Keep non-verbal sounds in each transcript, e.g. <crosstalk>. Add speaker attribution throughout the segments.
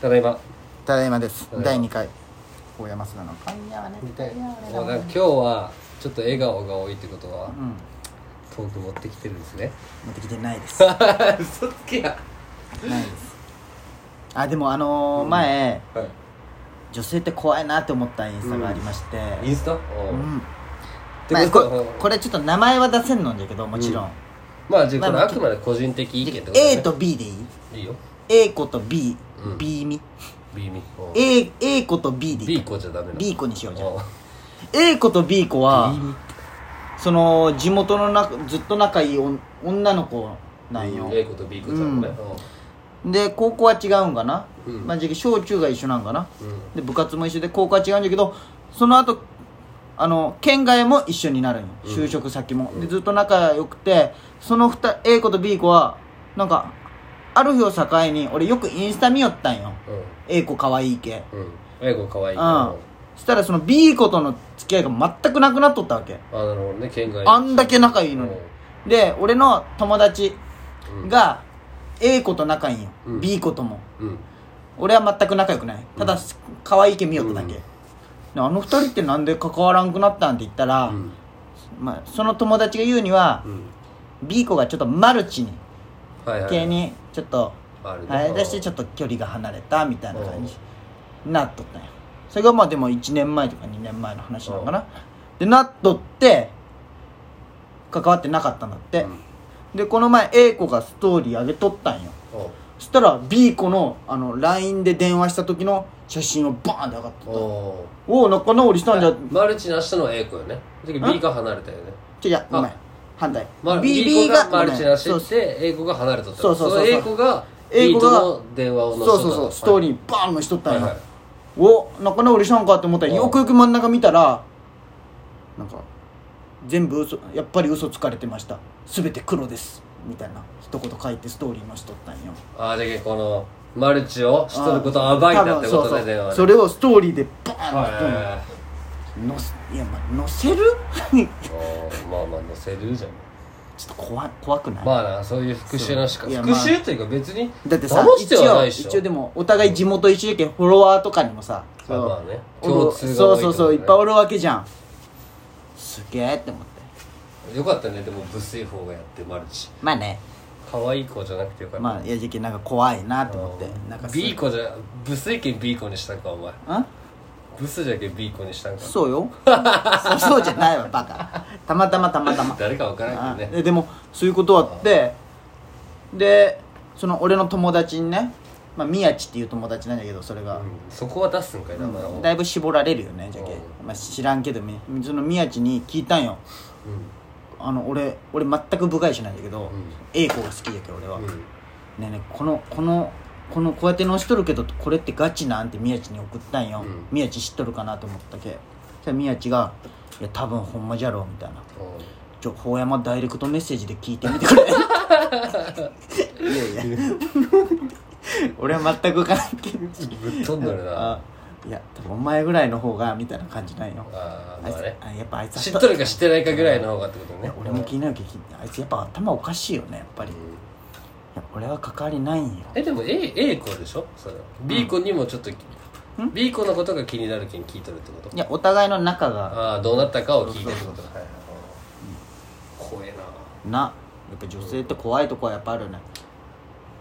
Speaker 1: ただいま
Speaker 2: ただいまです
Speaker 1: ただいま
Speaker 2: 第2回大山須田の今夜はね
Speaker 1: 見たい
Speaker 2: や
Speaker 1: もうなんか今日はちょっと笑顔が多いってことは
Speaker 2: うん
Speaker 1: トーク持ってきてるんですね
Speaker 2: 持ってきてないです
Speaker 1: 嘘つけや
Speaker 2: ないですあでもあのー前
Speaker 1: は
Speaker 2: 女性って怖いなって思ったインスタがありまして
Speaker 1: いインスタおう
Speaker 2: うん、
Speaker 1: って
Speaker 2: まあ、
Speaker 1: ことは
Speaker 2: ここれちょっと名前は出せんのんだけどもちろん、
Speaker 1: まあじゃあこれ
Speaker 2: まあ
Speaker 1: あくまで個人的意見ってことだね
Speaker 2: A と B でいい
Speaker 1: いいよ
Speaker 2: A 子と B、
Speaker 1: うん
Speaker 2: B み
Speaker 1: B み
Speaker 2: A, A 子と B でい
Speaker 1: B
Speaker 2: いか
Speaker 1: 子じゃダメなの
Speaker 2: B 子にしようじゃん
Speaker 1: おう
Speaker 2: A 子と B 子は
Speaker 1: B み
Speaker 2: その地元のなずっと仲いいおん女の子なんよ、
Speaker 1: A 子と B 子ちゃんもね
Speaker 2: で高校は違うんかな、
Speaker 1: うん
Speaker 2: まあ、じゃあ小中が一緒なんかな、
Speaker 1: うんうん
Speaker 2: で部活も一緒で高校は違うんだけどその後あの県外も一緒になるんよ
Speaker 1: うん
Speaker 2: 就職先も、でずっと仲良くてその二 A 子と B 子はなんかある日を境に俺よくインスタ見よったんよ A 子可愛い系
Speaker 1: うんうん A 子かわいい
Speaker 2: うんそしたらその B 子との付き合いが全くなくなっとったわけ
Speaker 1: あなるほどね県外
Speaker 2: あんだけ仲いいのにで俺の友達が A 子と仲いいんよ、
Speaker 1: うん
Speaker 2: B 子とも
Speaker 1: うんうん
Speaker 2: 俺は全く仲良くないただ、可愛いけ見よっただけ、
Speaker 1: うん
Speaker 2: であの二人ってなんで関わらんくなったんって言ったら、
Speaker 1: うん
Speaker 2: まあ、その友達が言うには
Speaker 1: う、ん
Speaker 2: B 子がちょっとマルチに
Speaker 1: はいはい
Speaker 2: 系にちょっと
Speaker 1: あるね
Speaker 2: あれだしちょっと距離が離れたみたいな感じになっとったんよそれがまあでも1年前とか2年前の話なのかなでなっとって関わってなかったんだって、
Speaker 1: うん
Speaker 2: でこの前 A 子がストーリー上げとったんよ
Speaker 1: おう
Speaker 2: そしたら B 子のあの LINE で電話した時の写真をバーンって上がってた
Speaker 1: おう
Speaker 2: おお仲直りしたんじゃ
Speaker 1: マルチな人の A 子よねその時 B が離れたよね
Speaker 2: ちょいやごめん
Speaker 1: あ
Speaker 2: 反対
Speaker 1: ま
Speaker 2: B
Speaker 1: B 子
Speaker 2: B が
Speaker 1: が
Speaker 2: ご
Speaker 1: マ
Speaker 2: め
Speaker 1: ル
Speaker 2: ん
Speaker 1: チな
Speaker 2: そ
Speaker 1: 人
Speaker 2: う
Speaker 1: っ
Speaker 2: そう
Speaker 1: て A 子が離れとった
Speaker 2: そうそうそうそ
Speaker 1: の
Speaker 2: う
Speaker 1: A 子が
Speaker 2: A 子
Speaker 1: B
Speaker 2: が
Speaker 1: との電話を乗せとった
Speaker 2: そうそうストーリーバーンのしとったん
Speaker 1: はい
Speaker 2: よ
Speaker 1: はい
Speaker 2: お仲直りしたんかって思ったら
Speaker 1: うん
Speaker 2: よくよく真ん中見たらなんか全部嘘やっぱり嘘つかれてました全て黒ですみたいな一言書いてストーリーのしとったんよ
Speaker 1: ああじゃあこのマルチをしとることを暴いたってこ
Speaker 2: 多
Speaker 1: と
Speaker 2: 分そ
Speaker 1: ね
Speaker 2: うそう
Speaker 1: 電話で
Speaker 2: それをストーリーでバーン
Speaker 1: は
Speaker 2: って
Speaker 1: いは
Speaker 2: しとん
Speaker 1: い
Speaker 2: よ
Speaker 1: はい
Speaker 2: のせいやまあ乗せる
Speaker 1: おーまあまあ乗せるじゃん
Speaker 2: ちょっと怖怖くない、
Speaker 1: まあなそういう復讐のしか
Speaker 2: そういや
Speaker 1: 復讐というか別に
Speaker 2: だってさ
Speaker 1: 騙して
Speaker 2: 一
Speaker 1: はな
Speaker 2: 応
Speaker 1: いっしょ
Speaker 2: 一応でもお互い地元一緒やけんフォロワーとかにもさ
Speaker 1: まあまあね
Speaker 2: おる
Speaker 1: 共通が
Speaker 2: そ
Speaker 1: 多
Speaker 2: う
Speaker 1: い
Speaker 2: そうそういっぱいおるわけじゃんすげえって思って
Speaker 1: いよかったねでも不正方がやってマルチ
Speaker 2: まあね
Speaker 1: 可愛い子じゃなくてよかった
Speaker 2: まあやじきなんか怖いなって思ってなんかす
Speaker 1: B 子じゃブスいけん B 子にしたんかお前
Speaker 2: ん
Speaker 1: ブスじゃけん B 子にしたんか
Speaker 2: そうよ <laughs> そうそうじゃないわバカたまたまたまたま
Speaker 1: 誰かわからんけどね
Speaker 2: ででもそういうことあってでその俺の友達にねまあ宮地っていう友達なんだけどそれが、
Speaker 1: うんそこは出すんかいなまだ
Speaker 2: だいぶ絞られるよねじゃけ、
Speaker 1: うん
Speaker 2: まあ、知らんけどみその宮地に聞いたんよ
Speaker 1: う
Speaker 2: あの俺俺全く部外者なんだけど、
Speaker 1: んうん
Speaker 2: A 子が好きやけど俺は、
Speaker 1: う
Speaker 2: ね
Speaker 1: ん
Speaker 2: えねえこのこのこのこうやってのしとるけどこれってガチなんて宮地に送ったんよ、
Speaker 1: うん
Speaker 2: 宮地知っとるかなと思ったけそしたら宮地が「いや多分ほんまじゃろ」みたいな「ちょ法山ダイレクトメッセージで聞いてみてくれ」
Speaker 1: <laughs>
Speaker 2: いやいや俺は全く関係ない
Speaker 1: ぶっ飛んどるな
Speaker 2: あいや多分お前ぐらいの方がみたいな感じないよ
Speaker 1: あ
Speaker 2: あ
Speaker 1: ー
Speaker 2: い
Speaker 1: まあね
Speaker 2: つあやっぱあいつ
Speaker 1: 知っとるか知ってないかぐらいの方がってこと
Speaker 2: い
Speaker 1: ね
Speaker 2: や俺も気になるけどあいつやっぱ頭おかしいよねやっぱり、
Speaker 1: う
Speaker 2: い
Speaker 1: ん
Speaker 2: や俺は関わりないんよ
Speaker 1: えでも A, A 子でしょそれは B 子にもちょっと、B 子のことが気になるけん聞いとるってこと
Speaker 2: いやお互いの仲が
Speaker 1: ああどうなったかを聞いてるってことだはい怖えな
Speaker 2: なやっぱ女性って怖いとこはやっぱあるよね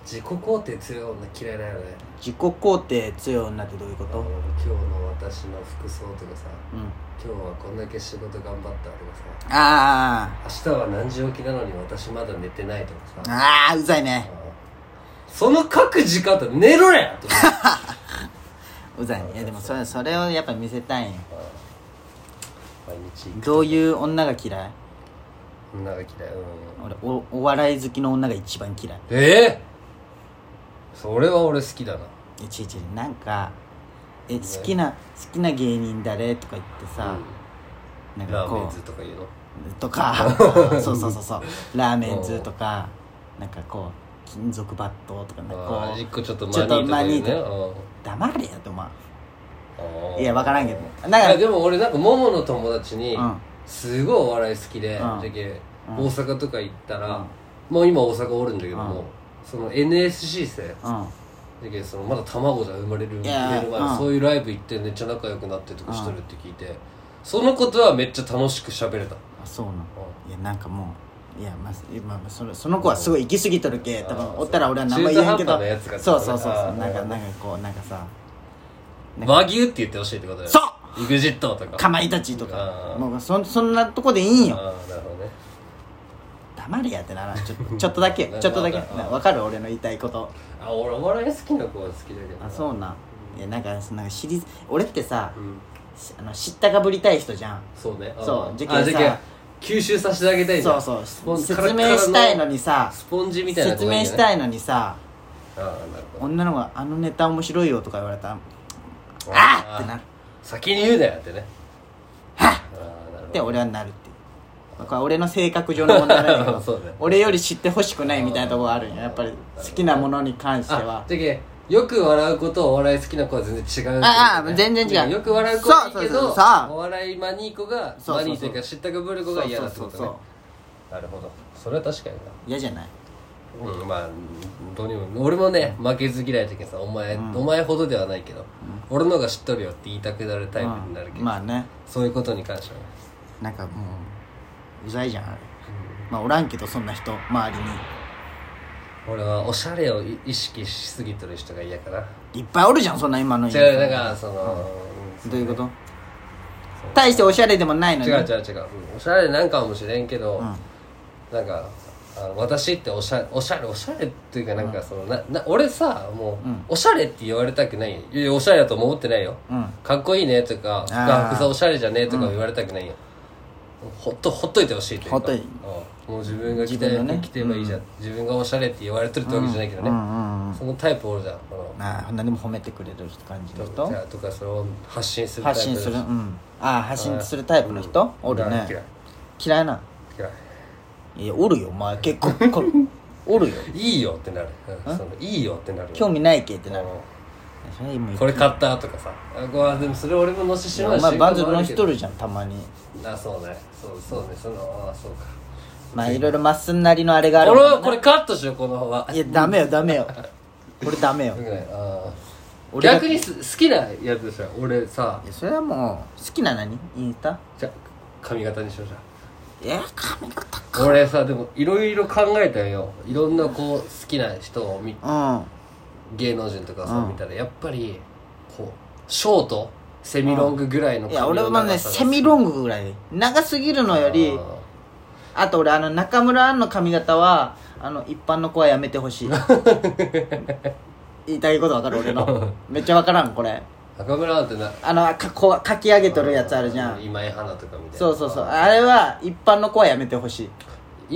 Speaker 1: 自己肯定強い女嫌いだよね
Speaker 2: 自己肯定強い女ってどういうこ
Speaker 1: あの
Speaker 2: と
Speaker 1: 今日の私の服装とかさ
Speaker 2: うん
Speaker 1: 今日はこんだけ仕事頑張ったとかさ
Speaker 2: あ
Speaker 1: 明日は何時起きなのに私まだ寝てないとか
Speaker 2: ー
Speaker 1: さ
Speaker 2: あーうざいね
Speaker 1: その各時間と寝ろやと思う
Speaker 2: うざいねいやでもそれそれをやっぱ見せたいんよ
Speaker 1: 毎日
Speaker 2: どういう女が嫌い
Speaker 1: 女が嫌いうん
Speaker 2: 俺おお笑い好きの女が一番嫌い
Speaker 1: ええそれは俺好きだな
Speaker 2: えちいちいなんかえ好きな好きな芸人誰とか言ってさ、なんか
Speaker 1: ラーメ
Speaker 2: こ
Speaker 1: ン
Speaker 2: う
Speaker 1: ズとか言うの
Speaker 2: とか
Speaker 1: <laughs>
Speaker 2: そうそうそうそうラーメンズとかなんかこう金属バットとかなん
Speaker 1: あ
Speaker 2: か
Speaker 1: あ
Speaker 2: こ
Speaker 1: 一
Speaker 2: う
Speaker 1: 個ちょっと
Speaker 2: ちょっと
Speaker 1: マニーとか
Speaker 2: マニー
Speaker 1: 言うね
Speaker 2: 黙れよって思
Speaker 1: うん
Speaker 2: ういや分からんけどなん
Speaker 1: いや
Speaker 2: か
Speaker 1: でも俺なんかモモの友達に
Speaker 2: うん
Speaker 1: すごいお笑い好きで、
Speaker 2: うん
Speaker 1: だけ
Speaker 2: うん
Speaker 1: 大阪とか行ったら、
Speaker 2: うん
Speaker 1: もう今大阪おるんだけども、
Speaker 2: うん
Speaker 1: その NSC 生
Speaker 2: うん
Speaker 1: だけどそのまだ卵が生まれる
Speaker 2: い
Speaker 1: 入
Speaker 2: やー
Speaker 1: れる前に
Speaker 2: うん
Speaker 1: そういうライブ行ってめっちゃ仲良くなってとかしとるって聞いてそのことはめっちゃ楽しく喋れた
Speaker 2: あそうなのいやなんかもういやまあ、まあ、そのその子はすごい行き過ぎとるけ多分おったら俺は名前言えんけ
Speaker 1: 中途
Speaker 2: ど
Speaker 1: 半端なやつが
Speaker 2: そうそうそうそ
Speaker 1: あ
Speaker 2: う
Speaker 1: ー
Speaker 2: なんかなんかこうなんかさなんか
Speaker 1: 和牛って言ってほしいってことだよ
Speaker 2: そう
Speaker 1: う EXIT とか
Speaker 2: かまいたちとか
Speaker 1: あー
Speaker 2: もうそそんなとこでいいんよ
Speaker 1: ああなるほどね
Speaker 2: 黙れやってならんちょちょっとだけ
Speaker 1: な
Speaker 2: ちょっとだけ
Speaker 1: なんか
Speaker 2: なわかる俺の言いたいこと
Speaker 1: あ俺お笑い好きな子は好きだけどな
Speaker 2: あそうなんいやなんかなんか知り俺ってさ
Speaker 1: うん
Speaker 2: しあの知ったかぶりたい人じゃん
Speaker 1: そうねあ
Speaker 2: そう受験さ
Speaker 1: あじゃあ吸収させてあげたいじゃ
Speaker 2: そ
Speaker 1: ん
Speaker 2: うそう
Speaker 1: も
Speaker 2: 説明したいのにさ
Speaker 1: スポンジみたいな
Speaker 2: 説明した
Speaker 1: い
Speaker 2: いのにさ
Speaker 1: ああなるほど
Speaker 2: 女の子が「あのネタ面白いよ」とか言われたら「あっ!」ってなる
Speaker 1: 先に言うなよってねはっ
Speaker 2: って俺はなるっていうこれは俺の性格上の問題なんだけ
Speaker 1: <laughs> そう
Speaker 2: ど
Speaker 1: だよ
Speaker 2: 俺より知ってほしくないみたいなところがあるんややっぱり好きなものに関して
Speaker 1: あ
Speaker 2: は
Speaker 1: じゃけよく笑う子とお笑い好きな子は全然違うっていうね、
Speaker 2: ああ全然違う
Speaker 1: よく笑う子はいいけ
Speaker 2: そうそうそう
Speaker 1: ど
Speaker 2: そう
Speaker 1: お笑いマニー子が
Speaker 2: そうそうそう
Speaker 1: マニーというか知ったかぶる子が嫌だってことね
Speaker 2: そうそうそう
Speaker 1: なるほどそれは確かにな
Speaker 2: 嫌じゃない
Speaker 1: うん、まあどうにも俺もね負けず嫌いだけどさお前、お前ほどではないけど、俺の方が知っとるよって言いたくなるタイプになるけど、
Speaker 2: うんまあね
Speaker 1: そういうことに関してはね
Speaker 2: なんかもううざいじゃんあれまあおらんけどそんな人周り
Speaker 1: 俺はおしゃれをい意識しすぎとる人が嫌かな、
Speaker 2: にいっぱいおるじゃんそんな今の
Speaker 1: 違うだからその、うん
Speaker 2: どういうこと大しておしゃれでもないのに
Speaker 1: 違う違う違う、うんおしゃれなんかもしれんけど、
Speaker 2: ん
Speaker 1: なんかあの私っておしゃおしゃれおしゃれっていうかなんかその、なな俺さもう、おしゃれって言われたくないいやおしゃれだとも思ってないよ、
Speaker 2: うん
Speaker 1: かっこいいねとか
Speaker 2: あー
Speaker 1: 服装おしゃれじゃねとか言われたくないよ、ほっとほっといてほしいというか
Speaker 2: ほっとい
Speaker 1: うんもう自分が着
Speaker 2: 自分
Speaker 1: て,、
Speaker 2: のね
Speaker 1: 着てばいいじゃん、自分がおしゃれって言われてるってわけじゃないけどね、
Speaker 2: うんうんうん
Speaker 1: そのタイプおるじゃんこの
Speaker 2: ああ何でも褒めてくれる感じの人
Speaker 1: じゃあとかそれを発信するタイプ
Speaker 2: 発信するう
Speaker 1: だし
Speaker 2: んああ発信するタイプの人おるね
Speaker 1: 嫌い
Speaker 2: 嫌いな
Speaker 1: 嫌い
Speaker 2: いやおるよお前結構
Speaker 1: <laughs>
Speaker 2: こおるよ
Speaker 1: いいよってなる、うん、そのいいよってなる
Speaker 2: 興味ないけってなる
Speaker 1: う
Speaker 2: それも
Speaker 1: ん
Speaker 2: う
Speaker 1: これ買ったとかさあこうでもそれ俺ものしし
Speaker 2: いや
Speaker 1: ま
Speaker 2: お
Speaker 1: う
Speaker 2: 前
Speaker 1: し
Speaker 2: バンズのしとるじゃんたまに
Speaker 1: あそうねそうそうねそのああそうか
Speaker 2: まあいろいろまっすんなりのあれがある
Speaker 1: 俺
Speaker 2: もん
Speaker 1: はこれカットしようこの方はい
Speaker 2: やダメよダメよこれダメよ
Speaker 1: よくないあー
Speaker 2: 俺が
Speaker 1: 逆にす好きなやつでしょ俺さ
Speaker 2: いやそれはもう好きな何インスタ
Speaker 1: じゃ髪型にしようじゃん
Speaker 2: え髪型
Speaker 1: 俺さでもいろいろ考えたよいろんなこう好きな人を見
Speaker 2: うん
Speaker 1: 芸能人とかさ、見たらやっぱりこうショートセミロングぐらいの
Speaker 2: いや俺
Speaker 1: の
Speaker 2: はねセミロングぐらい長すぎるのよりあと俺あの中村アンの髪型はあの一般の子はやめてほしい言いたいことわかる俺のめっちゃわからんこれ
Speaker 1: 中村なんてな
Speaker 2: あのかこうかき上げとるやつあるじゃん
Speaker 1: 今井花とかみたいな
Speaker 2: そうそうそうあれは一般の子はやめてほしい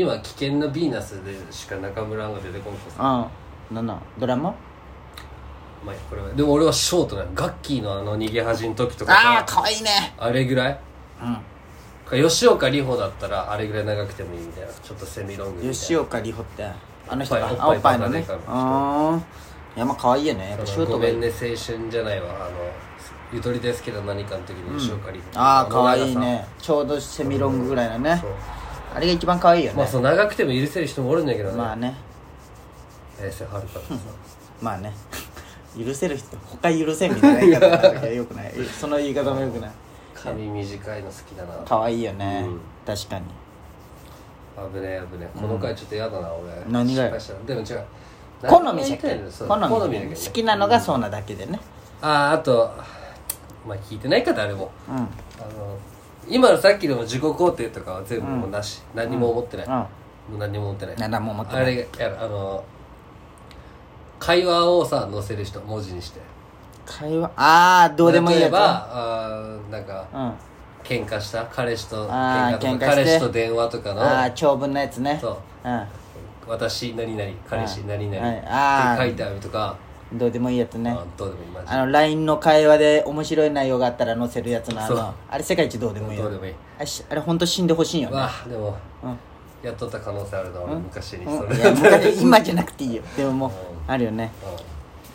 Speaker 1: 今危険なヴィーナスでしか中村アンが出てこんとさ
Speaker 2: うんなんなんドラマ
Speaker 1: まあこれはでも俺はショートなのガッキーのあの逃げ恥の時とか
Speaker 2: ああ
Speaker 1: さ
Speaker 2: かわいいね
Speaker 1: あれぐらい
Speaker 2: うん
Speaker 1: か吉岡里帆だったらあれぐらい長くてもいいみたいなちょっとセミロングみたいな
Speaker 2: 吉岡里帆ってあの人
Speaker 1: おっ
Speaker 2: か
Speaker 1: ぱい
Speaker 2: おっぱいの
Speaker 1: お
Speaker 2: ね
Speaker 1: っぱいの
Speaker 2: ああいやまあかわいいよねやっぱシ
Speaker 1: そ
Speaker 2: ュ
Speaker 1: の
Speaker 2: ート
Speaker 1: ご
Speaker 2: が
Speaker 1: め
Speaker 2: いい
Speaker 1: んね青春じゃないわあのゆとりですけど何かの時に吉岡里帆
Speaker 2: ああかわいい
Speaker 1: の長
Speaker 2: ねちょうどセミロングぐらいの
Speaker 1: さ
Speaker 2: ね
Speaker 1: そう
Speaker 2: あれが一番かわいいよ
Speaker 1: まあ
Speaker 2: ね
Speaker 1: そう長くても許せる人もおるんだけどね
Speaker 2: まあね
Speaker 1: 平成はるかとか
Speaker 2: <laughs>
Speaker 1: さ <laughs>
Speaker 2: まあね許せる人他許せんみたいな言い方がよくない <laughs> その言い方もよくない
Speaker 1: 髪短いの好きだな
Speaker 2: 可愛いよね、
Speaker 1: うん
Speaker 2: 確かに
Speaker 1: 危ねえ危ねえこの回ちょっと嫌だな俺
Speaker 2: 何がよ
Speaker 1: 失敗したでも違う
Speaker 2: 好みじ
Speaker 1: 何が言い
Speaker 2: ゃ
Speaker 1: たい
Speaker 2: け
Speaker 1: のそう
Speaker 2: 好み
Speaker 1: 好み
Speaker 2: じ
Speaker 1: だ
Speaker 2: ゃ
Speaker 1: け
Speaker 2: け
Speaker 1: どね
Speaker 2: 好きなのがそうなだけでね
Speaker 1: あああとまあ聞いてないか誰も
Speaker 2: うんうん
Speaker 1: あの今のさっきの自己肯定とかは全部もうなし、何も思ってない、も
Speaker 2: な
Speaker 1: う何も思ってない
Speaker 2: 何も思ってない
Speaker 1: あれやるあの会話をさ載せる人文字にして
Speaker 2: 会話ああどうでもいい
Speaker 1: 例え
Speaker 2: やつ
Speaker 1: ばあーなんか
Speaker 2: うん、あ
Speaker 1: 喧嘩した彼氏と
Speaker 2: あー
Speaker 1: 喧嘩と
Speaker 2: 喧
Speaker 1: か
Speaker 2: 嘩して
Speaker 1: 彼氏と電話とかの
Speaker 2: あ長文のやつね
Speaker 1: そう
Speaker 2: う
Speaker 1: 私何々彼氏何々、
Speaker 2: はいあー
Speaker 1: って書いてあるとか、
Speaker 2: んどうでもいいやつね
Speaker 1: あどうでもいいマジ
Speaker 2: あの LINE の会話で面白い内容があったら載せるやつのあ
Speaker 1: そう
Speaker 2: のあれ世界一どうでもいい
Speaker 1: でど
Speaker 2: よ
Speaker 1: うでもいい
Speaker 2: あれしあれ本当死んでほしいよね
Speaker 1: わあでも、
Speaker 2: うん
Speaker 1: やっとった可能性あるな俺昔にそれ、
Speaker 2: うんいや昔今じゃなくていいよでももう
Speaker 1: う
Speaker 2: あるよね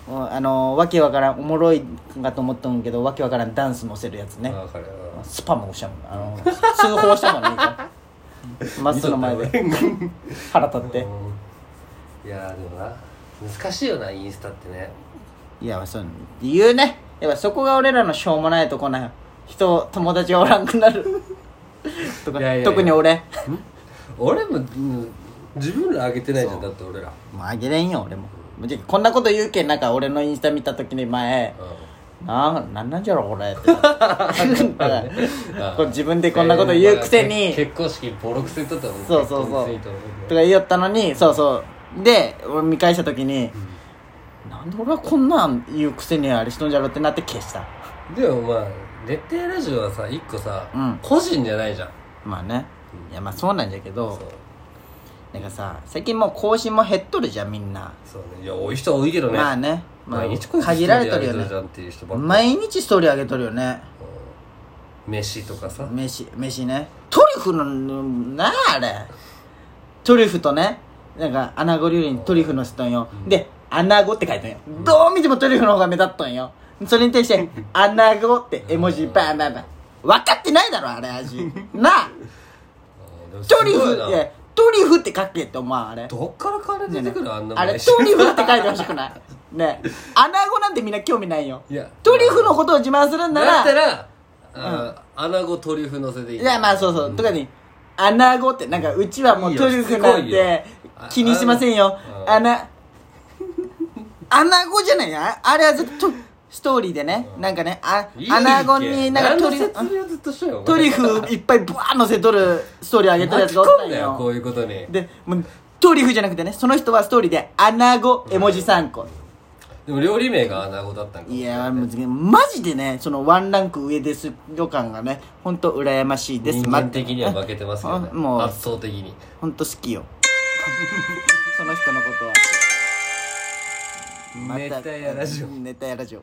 Speaker 1: う
Speaker 2: もうあのわけわからんおもろいかと思ったんけどわけわからんダンス載せるやつ
Speaker 1: ん
Speaker 2: ね
Speaker 1: わかるうん
Speaker 2: スパム押したもんあの通報したもんね
Speaker 1: <laughs>
Speaker 2: 今マスの前で腹立って
Speaker 1: うんいやーでもな難しいよなインスタってね
Speaker 2: いやそう言うねやっぱそこが俺らのしょうもないとこなんよ人友達がおらんくなる <laughs> とか
Speaker 1: いやいやいや
Speaker 2: 特に俺
Speaker 1: 俺も、うん自分らあげてないじゃんだって俺ら
Speaker 2: もうあげれんよ俺ももうてかこんなこと言うけんなんか俺のインスタ見た時に前なあなんなんじゃろこ
Speaker 1: <laughs>
Speaker 2: れってなってだからこう自分でこんなこと言うくせに、
Speaker 1: えー結婚式ボロクソ言っとったもん
Speaker 2: そうそうそう
Speaker 1: 結婚について
Speaker 2: とか言いよったのにそうそうで俺見返した時に、なんで俺はこんなん言うくせにあれしとんじゃろってなって消した
Speaker 1: でもまあ熱帯ラジオはさ一個さ、
Speaker 2: うん
Speaker 1: 個人じゃないじゃん
Speaker 2: まあねいやまあそうなんじゃけ
Speaker 1: そう
Speaker 2: どなんかさ最近もう更新も減っとるじゃんみんな、
Speaker 1: そうねいや多い人は多いけどね、
Speaker 2: まあね、まあ、
Speaker 1: 毎日こいつ一
Speaker 2: 限
Speaker 1: 人
Speaker 2: ら
Speaker 1: で
Speaker 2: れ
Speaker 1: や
Speaker 2: とる
Speaker 1: る
Speaker 2: よね
Speaker 1: じゃんっていう人ばっか
Speaker 2: 毎日ストーリー上げとるよね
Speaker 1: 飯とかさ
Speaker 2: 飯飯ねトリュフのなああれトリュフとねなんか穴子料理にトリュフのせとんよ、で穴子って書いてんよ、どう見てもトリュフの方が目立っとんよそれに対して「穴子」って絵文字バンバンバン分かってないだろあれ
Speaker 1: <laughs>
Speaker 2: 味なあトリュフい
Speaker 1: で
Speaker 2: やトリュフって書けって思わんあれ
Speaker 1: どっから金出てくるあんな
Speaker 2: あれ
Speaker 1: 飯
Speaker 2: トリュフって書いてほしくないねえ穴子なんてみんな興味ないよ
Speaker 1: いや
Speaker 2: トリュフのことを自慢するんな
Speaker 1: だ
Speaker 2: ら
Speaker 1: ったらあー穴子トリュフ乗せでいい
Speaker 2: いやまあそうそう、とかに穴子ってなんかうちはもうい
Speaker 1: い
Speaker 2: い
Speaker 1: よ
Speaker 2: トリュフなん
Speaker 1: しつこいよ
Speaker 2: て気にしませんよ
Speaker 1: ああ
Speaker 2: 穴穴子じゃないよああれはずっとストーリーでね、なんかねあ
Speaker 1: いいけ
Speaker 2: 穴子になんかトリュ
Speaker 1: 何の
Speaker 2: フ
Speaker 1: 説明をずっとしようよ
Speaker 2: トリュフいっぱいブワー乗せとるストーリー上げてるや
Speaker 1: 巻
Speaker 2: つ
Speaker 1: き
Speaker 2: がおった
Speaker 1: 込ん
Speaker 2: ん
Speaker 1: だよこ
Speaker 2: よ
Speaker 1: ういうことに
Speaker 2: でもうトリュフじゃなくてねその人はストーリーで穴子絵文字3個、
Speaker 1: でも料理名が穴子だったんかも
Speaker 2: い
Speaker 1: しれ
Speaker 2: や
Speaker 1: な
Speaker 2: ーもうマジでねそのワンランク上です旅感がね本当羨ましいです
Speaker 1: 人
Speaker 2: 待
Speaker 1: 間
Speaker 2: って
Speaker 1: 的には負けてますよね
Speaker 2: あもう
Speaker 1: 圧倒的に
Speaker 2: ほんと好きよ <laughs> その人のことは
Speaker 1: ネタやラジオ
Speaker 2: ネタやラジオ